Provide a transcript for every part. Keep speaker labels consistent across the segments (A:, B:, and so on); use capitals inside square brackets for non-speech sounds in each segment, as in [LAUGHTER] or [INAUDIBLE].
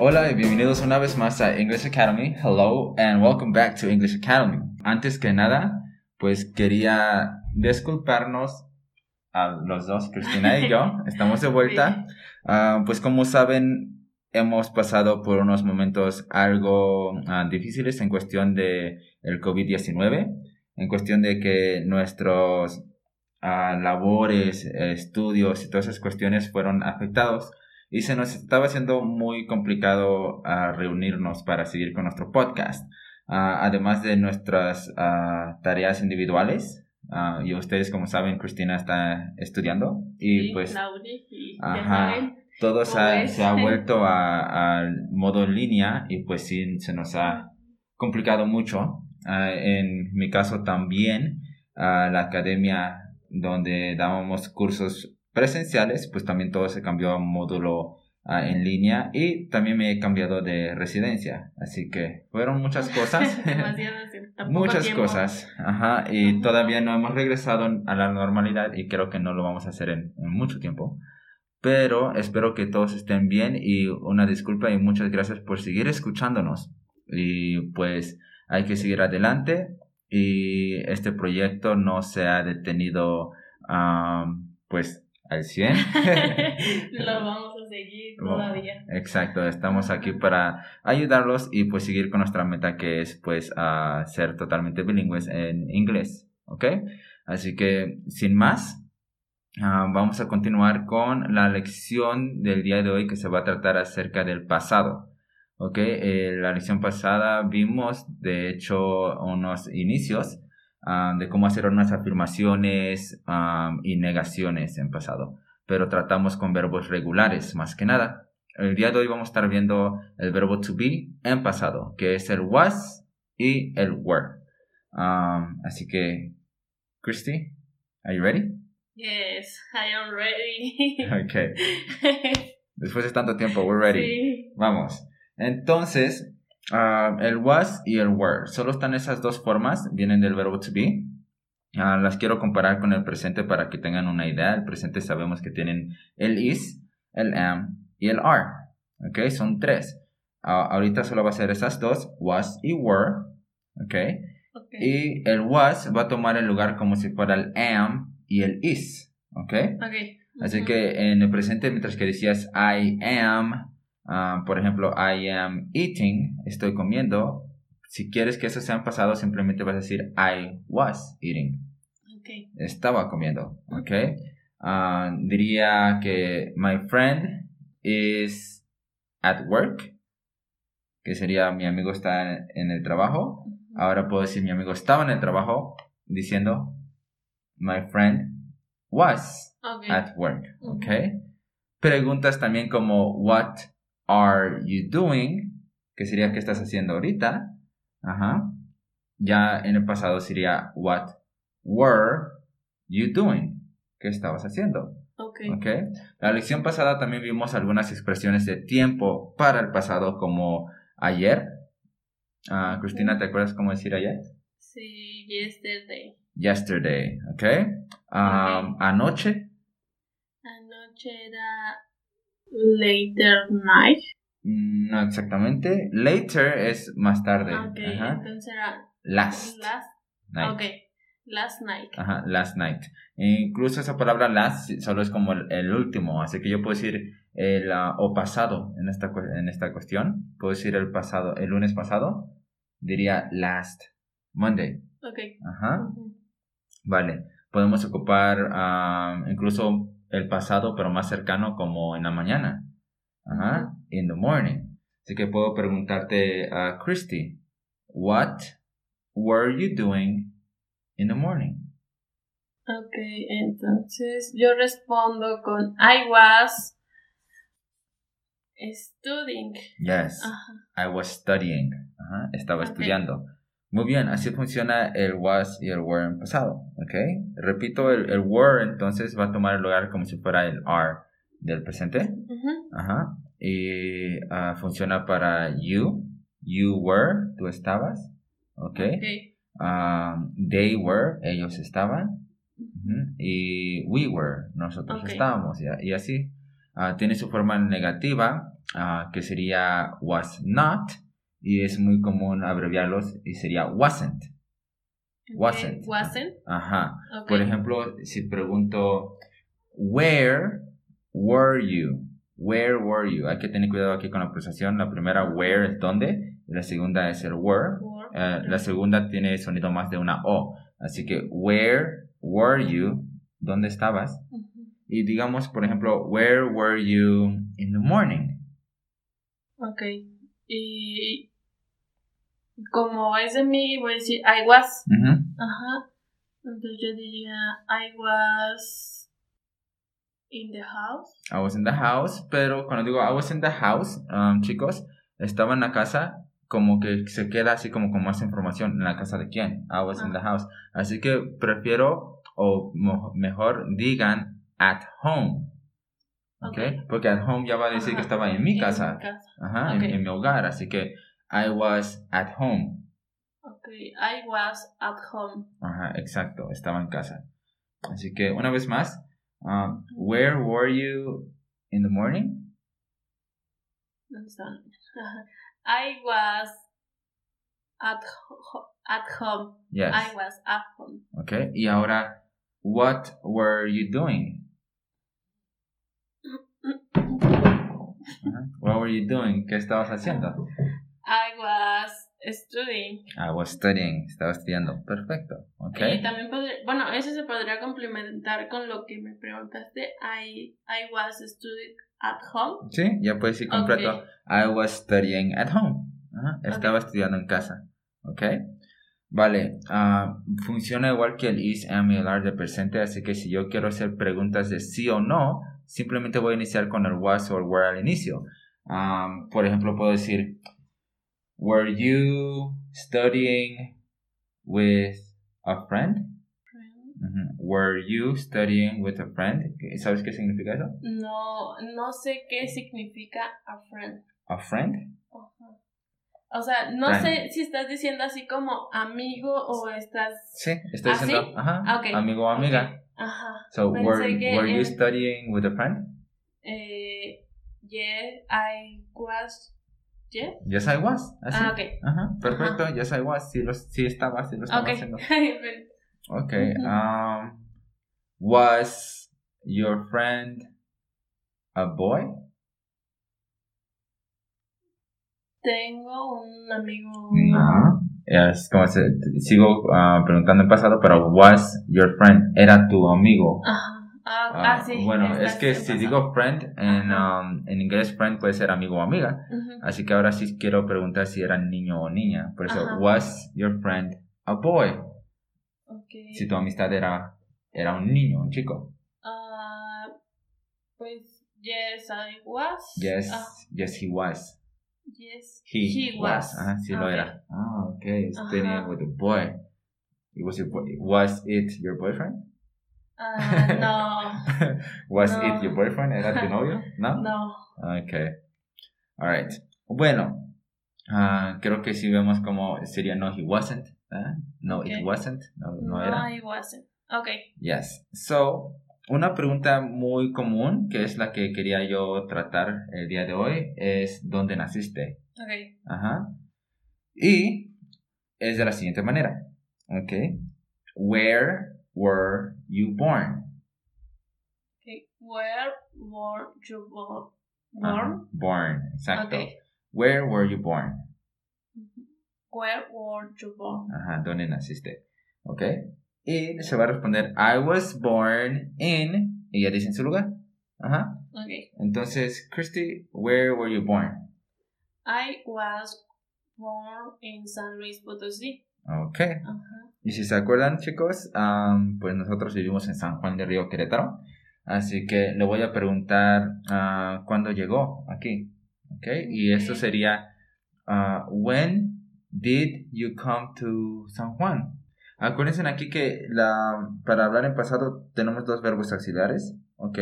A: Hola y bienvenidos una vez más a English Academy. Hello and welcome back to English Academy. Antes que nada, pues quería disculparnos a los dos, Cristina y yo. Estamos de vuelta. Ah, pues como saben, hemos pasado por unos momentos algo ah, difíciles en cuestión de el COVID-19, en cuestión de que nuestros ah, labores, eh, estudios y todas esas cuestiones fueron afectados y se nos estaba haciendo muy complicado ah, reunirnos para seguir con nuestro podcast. Ah, además de nuestras ah, tareas individuales, ah, y ustedes como saben, Cristina está estudiando y
B: Sí,
A: pues
B: la uni, y ya
A: ajá,
B: saben.
A: todo se ha,
B: pues.
A: se ha vuelto a- al modo en línea y pues sí, se nos ha complicado mucho. Ah, en mi caso también, ah, la academia donde dábamos cursos presenciales, pues también todo se cambió a módulo ah, en línea y también me he cambiado de residencia. Así que fueron muchas
B: [LAUGHS]
A: cosas. [LAUGHS]
B: Demasiado, sí, tampoco
A: Muchas
B: tiempo.
A: cosas, [LAUGHS] ajá, y
B: Ajá.
A: todavía no hemos regresado a la normalidad y creo que no lo vamos a hacer en, en mucho tiempo. Pero espero que todos estén bien y una disculpa y muchas gracias por seguir escuchándonos. Y pues hay que seguir adelante y este proyecto no se ha detenido am, pues al [LAUGHS] 100.
B: [LAUGHS] [LAUGHS] Lo vamos a seguir todavía.
A: Exacto, estamos aquí para ayudarlos y pues seguir con nuestra meta que es pues a ser totalmente bilingües en inglés, ¿ok? Así que sin más, ah, vamos a continuar con la lección del día de hoy que se va a tratar acerca del pasado, ¿ok? Eh, la lección pasada vimos de hecho unos inicios ah, de cómo hacer unas afirmaciones ah, y negaciones en pasado pero tratamos con verbos regulares más que nada. El día de hoy vamos a estar viendo el verbo to be en pasado, que es el was y el were. Um, así que, Christy, are you ready?
B: Yes, I am ready. [LAUGHS]
A: Okay. Después de tanto tiempo, we're [LAUGHS] ready.
B: Sí.
A: Vamos. Entonces, ah, el was y el were. Solo están esas dos formas. Vienen del verbo to be. Ah, las quiero comparar con el presente para que tengan una idea. El presente sabemos que tienen el is, el am y el are. ¿Ok? Son tres. Ah, ahorita solo va a ser esas dos, was y were. ¿Ok?
B: Ok.
A: Y el was va a tomar el lugar como si fuera el am y el is. ¿Ok?
B: Ok.
A: Así
B: Ujú.
A: que en el presente, mientras que decías I am, ah, por ejemplo, I am eating, estoy comiendo, si quieres que eso sea en pasado, simplemente vas a decir I was eating,
B: Ok.
A: estaba comiendo, ¿ok? Ah, diría que my friend is at work, que sería mi amigo está en el trabajo. Ahora puedo decir mi amigo estaba en el trabajo diciendo my friend was
B: Ok.
A: at work.
B: Ujú.
A: ¿Ok? Preguntas también como What are you doing? Que sería ¿qué estás haciendo ahorita? Ajá. Ya en el pasado sería What were you doing? ¿Qué estabas haciendo?
B: Ok.
A: ¿Ok? La lección pasada también vimos algunas expresiones de tiempo para el pasado como ayer. Ah, Cristina, ¿te acuerdas cómo decir ayer?
B: Sí, yesterday.
A: Yesterday, ¿ok? Ah, Anoche,
B: Anoche era later night.
A: Mm, No exactamente. Later es más tarde.
B: Ah, Ok,
A: Ajá.
B: entonces era
A: Last
B: last.
A: night.
B: Ok. Last night.
A: Ajá, last night. E incluso esa palabra last solo es como el, el último. Así que yo puedo decir el ah, o pasado en esta, cu- en esta cuestión. Puedo decir el pasado, el lunes pasado. Diría last Monday.
B: Ok.
A: Ajá.
B: Ujú.
A: Vale. Podemos ocupar ah, incluso el pasado, pero más cercano como en la mañana. Ajá. In the morning. Así que puedo preguntarte a Christy, what were you doing in the morning?
B: Ok, entonces yo respondo con I was studying.
A: Yes,
B: Ajá,
A: I was studying. Ajá, Estaba
B: Ok.
A: estudiando. Muy bien, así funciona el was y el were en pasado, ¿ok? Repito, el, el were entonces va a tomar el lugar como si fuera el are del presente.
B: ujú,
A: Ajá. Y ah, funciona para you. You were, tú estabas. Ok.
B: ok.
A: Ah, they were, ellos estaban. Ujú. Y we were, nosotros
B: Ok.
A: estábamos. Y, y así. Ah, tiene su forma negativa ah, que sería was not, y es muy común abreviarlos y sería wasn't. Wasn't.
B: Ok, Wasn't.
A: Ajá.
B: ok.
A: Por ejemplo, si pregunto, where were you? Where were you? Hay que tener cuidado aquí con la pronunciación. La primera, where, es dónde. Y la segunda es el were.
B: Were.
A: Eh, la segunda tiene sonido más de una O. Así que, where were you? ¿Dónde estabas?
B: Ujú.
A: Y digamos, por ejemplo, where were you in the morning?
B: Ok. Y como es de mí, voy a decir I was.
A: Ujú.
B: Ajá. Entonces yo diría I was in the house.
A: I was in the house, pero cuando digo I was in the house, um, chicos, estaba en la casa, como que se queda así como con más información, en la casa de quién, I was
B: Ah.
A: in the house. Así que prefiero, o mo- mejor digan, at home, ¿ok? Porque at home ya va a decir que
B: Ajá.
A: estaba en mi casa,
B: En mi casa.
A: ajá, en-
B: Ok.
A: en, mi hogar, así que I was at home,
B: Ok. I was at home.
A: ajá, exacto, estaba en casa. Así que una vez más, um, where were you in the morning?
B: ¿Dónde estaban? Ajá. I was at, ho- at home.
A: Yes.
B: I was at home.
A: Okay, y ahora, what were you doing? Ajá. What were you doing? ¿Qué estabas haciendo?
B: I was studying.
A: I was studying. Estaba estudiando. Perfecto.
B: Y
A: Okay.
B: también podría, bueno, eso se podría complementar con lo que me preguntaste. I, I was studying at home.
A: Sí, ya puedes ir completo.
B: Ok.
A: I was studying at home. Ajá, Estaba estudiando en casa. ¿Ok? Vale. ah, funciona igual que el is, am y el are de presente. Así que si yo quiero hacer preguntas de sí o no, simplemente voy a iniciar con el was o el were al inicio. Am, por ejemplo, puedo decir, Were you studying with a friend? Ujú, Were you studying with a friend? ¿Sabes qué significa eso?
B: No, no sé qué significa a friend.
A: ¿A friend?
B: Ajá. O sea, no
A: Friend.
B: sé si estás diciendo así como amigo o estás...
A: Sí, estoy
B: ¿Ah,
A: diciendo,
B: sí?
A: ajá,
B: Ah, ok.
A: amigo o amiga.
B: Ok. Ajá.
A: So
B: Pensé
A: were,
B: que
A: were you
B: en-
A: studying with a friend?
B: Eh, yes, I was. Yes.
A: Yes, I was. Así.
B: Ah, ok.
A: Ajá, perfecto. Yes, I was. Sí, lo, sí estaba, sí lo estaba
B: Ok. [LAUGHS]
A: haciendo.
B: Ven.
A: Ok.
B: Ujú.
A: Um, was your friend a boy?
B: Tengo un amigo.
A: No. Es como se, sigo ah, preguntando en pasado, pero was your friend era tu amigo.
B: Ajá. Ah,
A: Ah,
B: ah, sí.
A: bueno, es
B: estás
A: que
B: en
A: si
B: pasado.
A: digo friend en,
B: Ajá.
A: um, en inglés friend puede ser amigo o amiga,
B: Ujú.
A: así que ahora sí quiero preguntar si era niño o niña. Por eso,
B: Ajá.
A: was your friend a boy?
B: Ok.
A: si tu amistad era, era un niño, un chico.
B: Ah, pues, yes, I was.
A: Yes,
B: Ah,
A: yes, he was.
B: yes.
A: He, was. Ajá, sí lo
B: Ok.
A: era. Ah, ok. Studying
B: Ajá.
A: with a boy. It was, your boy. Was it your boyfriend? [LAUGHS]
B: Ah,
A: was
B: No.
A: it your boyfriend? ¿Era
B: [LAUGHS]
A: tu novio?
B: no,
A: No.
B: no.
A: Ok. All right. Bueno, ah, creo que sí vemos cómo sería no, he wasn't. ¿eh? No, it
B: Ok.
A: wasn't. No, no
B: No,
A: era.
B: I wasn't. Ok.
A: Yes. So, una pregunta muy común, que es la que quería yo tratar el día de hoy, es ¿dónde naciste?
B: Ok.
A: Ajá. Y es de la siguiente manera. Ok. Where were you born?
B: okay. Where were you born?
A: Ajá,
B: Born?
A: Born, exacto.
B: Ok.
A: Where were you born?
B: Where were you born?
A: Ajá, ¿dónde naciste? Ok. Y se va a responder, I was born in... Y ya dicen su lugar. Ajá.
B: Okay.
A: Entonces, Christy, where were you born?
B: I was born in San Luis Potosí.
A: Ok.
B: Ajá.
A: Y si se acuerdan, chicos, am, pues nosotros vivimos en San Juan de Río Querétaro. Así que le voy a preguntar ah, cuándo llegó aquí. Ok. Y esto
B: Ok.
A: sería, ah, when did you come to San Juan? Ah, Acuérdense aquí que la, para hablar en pasado tenemos dos verbos auxiliares. Ok.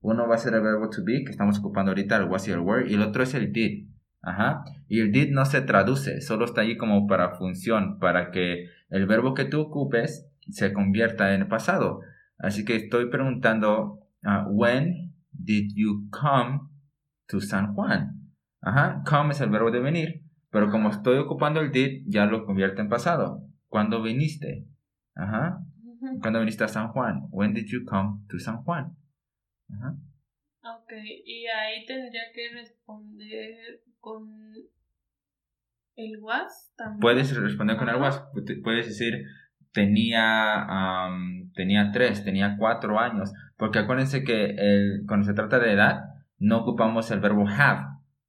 A: Uno va a ser el verbo to be, que estamos ocupando ahorita, el was y el were. Y el otro es el did. Ajá. Y el did no se traduce, solo está ahí como para función, para que el verbo que tú ocupes se convierta en pasado. Así que estoy preguntando, ah, when did you come to San Juan? Ajá, come es el verbo de venir, pero como estoy ocupando el did, ya lo convierte en pasado. ¿Cuándo viniste? Ajá.
B: Ujú.
A: ¿Cuándo viniste a San Juan? When did you come to San Juan? Ajá.
B: Ok, y ahí tendría que responder con el was también.
A: Puedes responder con el
B: Ajá.
A: was. Pu- Puedes decir, tenía, am, tenía tres, tenía cuatro años. Porque acuérdense que el- cuando se trata de edad, no ocupamos el verbo have.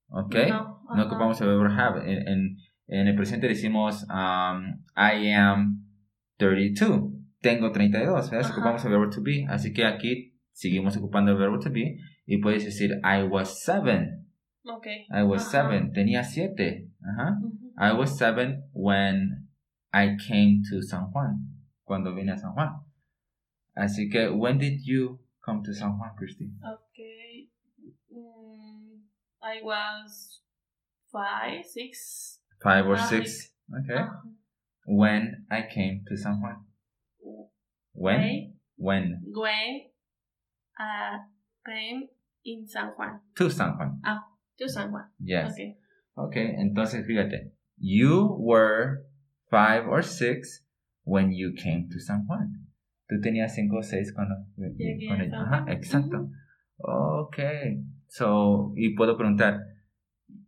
A: ¿Ok?
B: No,
A: No
B: ajá.
A: ocupamos el verbo have. En, en- en el presente decimos um, I am 32. Tengo 32. ¿ves?
B: Ajá.
A: Ocupamos el verbo to be. Así que aquí seguimos ocupando el verbo to be. Y puedes decir I was 7.
B: Ok.
A: I was
B: Ajá.
A: 7. Tenía 7. Ajá.
B: Ujú.
A: I was 7 when I came to San Juan. Cuando vine a San Juan. Así que, when did you come to San Juan, Christy?
B: Okay. Mm, I was five, six.
A: Five or
B: Ah,
A: six. Okay.
B: Ah,
A: When I came to San Juan. When?
B: okay.
A: When?
B: When I came in ah, San Juan.
A: To San Juan.
B: To San Juan.
A: Yes.
B: Okay.
A: Okay, entonces fíjate. You were five or six when you came to San Juan. Tú tenías cinco o seis cuando...
B: Llegué
A: cuando-
B: a San
A: ajá,
B: Juan.
A: exacto. Okay. So, y puedo preguntar.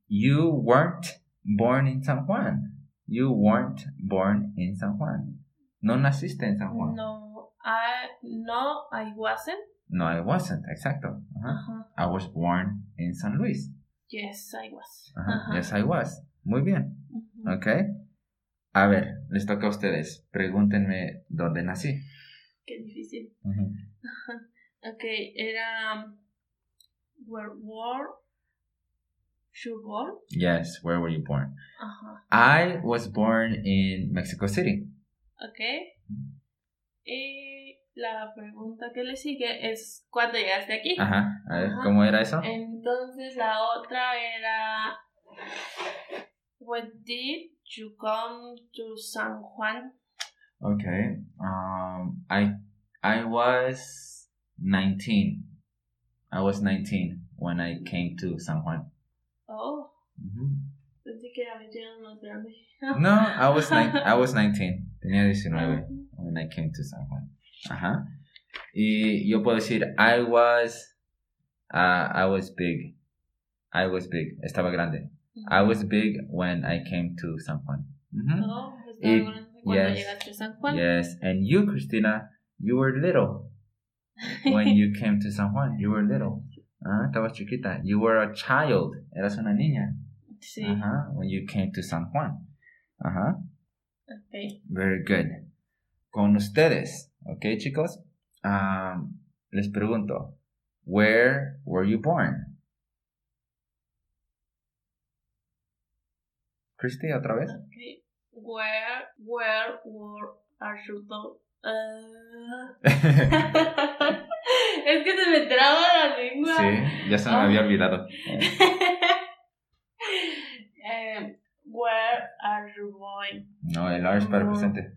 A: You weren't born in San Juan. You weren't born in San Juan. No naciste en San Juan.
B: No, I no, I wasn't.
A: No, I wasn't. Exacto. Ajá.
B: Ajá.
A: I was born in San Luis.
B: Yes, I was.
A: Ajá.
B: Ajá.
A: Yes, I was. Muy bien.
B: Ujú.
A: ¿Ok? A ver, les toca a ustedes. Pregúntenme dónde nací.
B: Qué difícil.
A: Ujú.
B: Okay, era um, were born, you born.
A: Yes, where were you born?
B: Ajá.
A: I was born in Mexico City.
B: Ok.
A: Mm.
B: Y la pregunta que le sigue es, ¿cuándo llegaste aquí?
A: Ajá. A ver,
B: Ajá. Eh.
A: ¿cómo era eso?
B: Entonces la otra era, When did you come to San Juan?
A: Ok. Um, I, I was 19. I was 19 when I came to San Juan.
B: Oh,
A: Ujú.
B: pensé que era 21 más grande.
A: No, I was, nine, I was 19. Tenía 19. when I came to San Juan. Ajá. Y yo puedo decir, I was, uh, I was big. I was big. Estaba grande. I was big when I came to San Juan. Ujú.
B: Oh, estaba
A: Y-
B: grande cuando
A: yes.
B: llegaste a San Juan.
A: Yes. And you, Christina, you were
B: [LAUGHS]
A: little when you came to San Juan. You were little. Ah, estabas chiquita. You were a child. Eras una niña.
B: sí,
A: Ajá. When you came to San Juan. Ajá.
B: ok.
A: Very good. Con ustedes, ¿ok, chicos? Um, les pregunto, where were you born? Christy, otra
B: [LAUGHS]
A: vez.
B: Okay. Where, where, were are you born? Ah. [LAUGHS] es que se me traba la lengua. [LAUGHS]
A: sí, ya se me había olvidado. Eh,
B: Em, Eh, where are you going?
A: No, el R es para presente.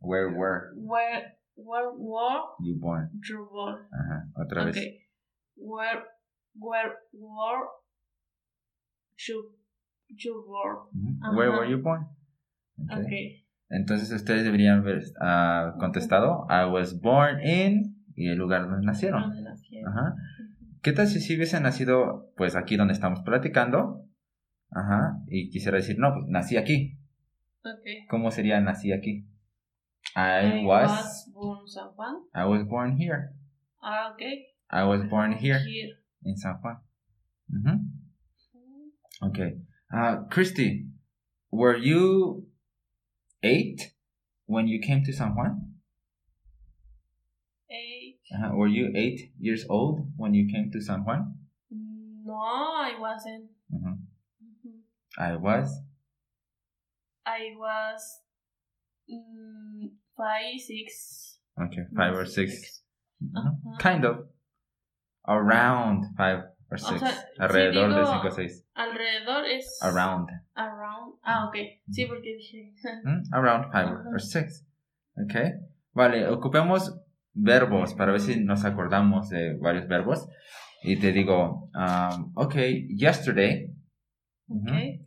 A: Where were
B: Where, where were
A: you born?
B: you born?
A: Ajá, otra vez.
B: Okay. Where, where were you, you born?
A: Ujú, Where
B: Ajá.
A: were you born? Ok. Ah.
B: Okay.
A: Entonces ustedes deberían haber ah, contestado, I was born in y el lugar donde nacieron.
B: ¿Dónde nací?
A: Ajá. ¿Qué tal si sí hubiese nacido, pues aquí donde estamos platicando? Ajá. Y quisiera decir, no, pues nací aquí. Ah.
B: Okay.
A: ¿Cómo sería nací aquí? I,
B: I
A: was,
B: was born San Juan.
A: I was born here.
B: Ah, okay.
A: I was born here
B: Here.
A: in San Juan. Ujú. Okay. Uh, Christy, were you eight when you came to San Juan?
B: Eh,
A: Ajá. Were you eight years old when you came to San Juan?
B: No, I wasn't.
A: Ujú.
B: Ujú.
A: I was
B: I was mm, five, six. Uh-huh.
A: okay five or
B: no,
A: six. Uh-huh. Ujú.
B: Ajá.
A: Kind of. Around five or six.
B: sea, si
A: Alrededor de
B: digo-
A: cinco o seis.
B: Alrededor es.
A: Around. Mm-hmm.
B: Around. Ah, ok. Sí, porque dije. [LAUGHS]
A: ¿Mm? Around five
B: Ajá.
A: or six. Ok. Vale, ocupemos verbos para ver si nos acordamos de varios verbos. Y te digo, um, ok, yesterday Mhm.
B: Okay.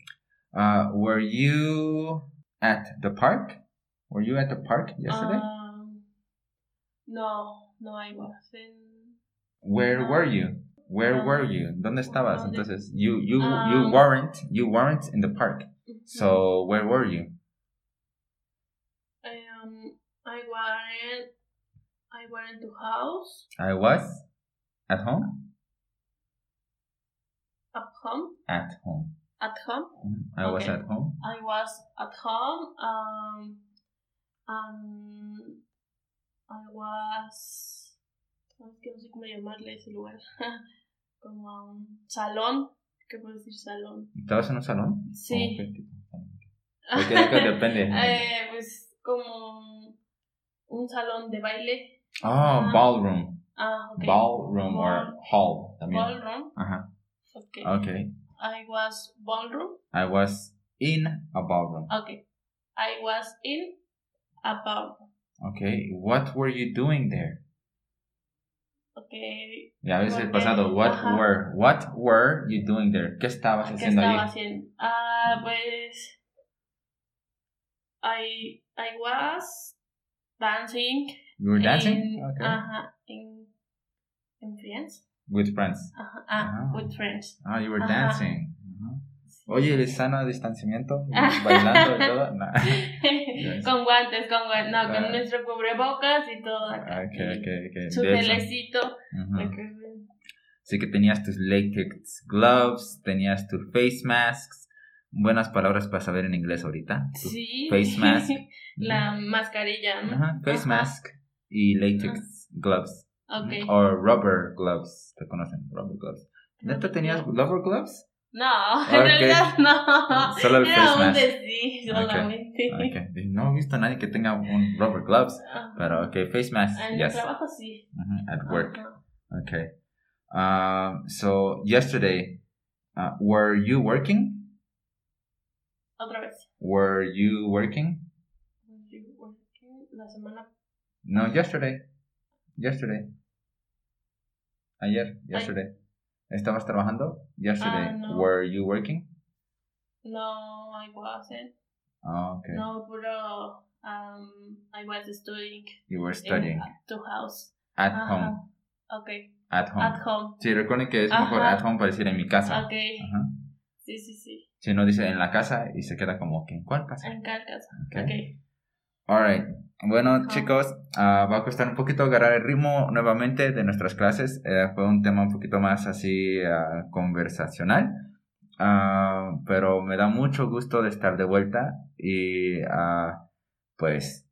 A: Uh, were you at the park? Were you at the park yesterday?
B: Um, no, no, I was in.
A: Where were you? Where
B: um,
A: were you? ¿Dónde estabas?
B: ¿dónde?
A: Entonces, you you you
B: Um,
A: weren't you weren't in the park.
B: Mm-hmm.
A: So
B: Hmm.
A: where were you?
B: Um, I weren't. I weren't to house
A: I was at home.
B: at home.
A: At home.
B: At home,
A: Mhm. I was
B: Okay.
A: at home.
B: I was at home. Um, um, I was. ay, Es que no sé cómo llamarle ese lugar. [LAUGHS] Como a un salón. ¿Qué puedo decir salón?
A: ¿Estabas en un salón?
B: Sí. [LAUGHS]
A: ¿O qué tipo? Porque es que depende.
B: Eh, pues como un- un salón de baile.
A: Oh,
B: ah,
A: ballroom.
B: Ah, ok.
A: Ballroom or
B: Ball-
A: hall también.
B: Ballroom.
A: Ajá. Ah.
B: Ok.
A: Okay.
B: I was ballroom.
A: I was in a ballroom.
B: Ok. I was in a ballroom.
A: Okay. What were you doing there?
B: Ok.
A: Ya ves el
B: Porque-
A: pasado. What
B: ajá.
A: were What were you doing there? ¿Qué estabas
B: ¿Qué
A: haciendo
B: estaba
A: allí?
B: haciendo? Ah, pues. I, I was dancing.
A: You were dancing.
B: in-
A: okay.
B: Ajá. In, in friends.
A: With friends.
B: Ajá. Ah,
A: Ah.
B: with friends.
A: Ah, you were
B: Ajá.
A: dancing. Ujú. Oye, el sano distanciamiento, bailando y todo. No.
B: [LAUGHS]
A: Yes.
B: [LAUGHS] con guantes, con guantes. No,
A: Ah.
B: con nuestro cubrebocas y todo acá.
A: Okay, okay, okay.
B: Su
A: Ah, De Ah. eso.
B: gelecito.
A: Ujú.
B: Porque-
A: Así que tenías tus latex gloves, tenías tus face masks. Buenas palabras para saber en inglés ahorita. Tu-
B: Sí.
A: face mask.
B: [LAUGHS] La mascarilla, ¿no?
A: Ajá, face
B: Ajá.
A: mask Oh, y latex gloves.
B: Ok.
A: O rubber gloves. ¿Te conocen? Rubber gloves. ¿Neta tenías rubber gloves?
B: No,
A: Ah, Ok.
B: en realidad no.
A: Solo el
B: Era
A: face
B: un
A: mask.
B: decir solamente.
A: Ok, dije, No he visto a nadie que tenga un rubber gloves.
B: Ajá.
A: Pero ok, face mask.
B: Ah, En el
A: yes.
B: trabajo Ah, sí.
A: Mhm, at work.
B: Ajá.
A: Okay. Um, so yesterday, uh, were you working?
B: Otra vez.
A: Were you working?
B: La semana
A: No, yesterday. Yesterday. Ayer, yesterday. ¿Estabas trabajando? Yesterday.
B: Ah, no.
A: Were you working?
B: no I wasn't.
A: Oh, okay.
B: No, pero um, I was studying
A: You were
B: in
A: studying.
B: to house.
A: At
B: Ajá.
A: home.
B: Okay.
A: At home.
B: At home.
A: Sí, recuerden que es mejor
B: Ajá.
A: at home para decir en mi casa.
B: Okay.
A: Ajá.
B: Sí, sí, sí.
A: Si no dice en la casa y se queda como que en cuál casa.
B: En Carcas.
A: Okay.
B: Okay.
A: Alright. Bueno,
B: Ajá.
A: chicos, ah, va a costar un poquito agarrar el ritmo nuevamente de nuestras clases. Eh, fue un tema un poquito más así ah, conversacional. Ah, pero me da mucho gusto de estar de vuelta y ah, pues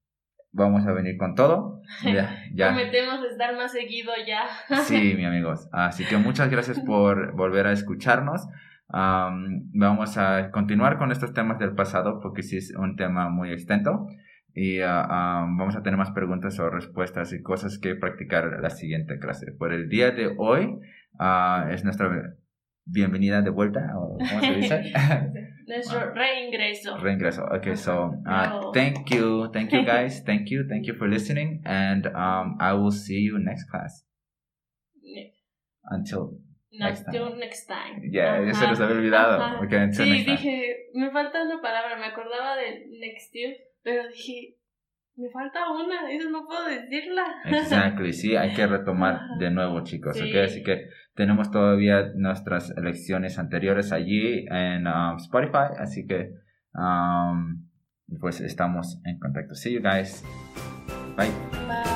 A: vamos a venir con todo. Ya, ya.
B: Prometemos estar más seguido ya.
A: [LAUGHS] Sí, mis amigos. Así que muchas gracias por volver a escucharnos. Am, vamos a continuar con estos temas del pasado porque sí es un tema muy extenso y ah, am, vamos a tener más preguntas o respuestas y cosas que practicar en la siguiente clase. Por el día de hoy ah, es nuestra bienvenida de vuelta o cómo se dice
B: Nuestro reingreso.
A: reingreso. Okay, so uh,
B: Bravo.
A: thank you, thank you guys, thank you, thank you for listening, and um, I will see you next class. Until
B: No,
A: Next time.
B: till next time.
A: Ya, ya se
B: Ajá,
A: los había olvidado.
B: ajá.
A: Ok, until
B: Sí,
A: next time.
B: dije, [LAUGHS] me falta una palabra, me acordaba de next year, pero dije, me falta una, eso no puedo decirla.
A: Exactly, sí, hay que retomar
B: Ajá.
A: de nuevo, chicos,
B: Sí.
A: ok. Así que tenemos todavía nuestras lecciones anteriores allí en um, Spotify, así que um, pues estamos en contacto. See you guys. Bye.
B: Bye.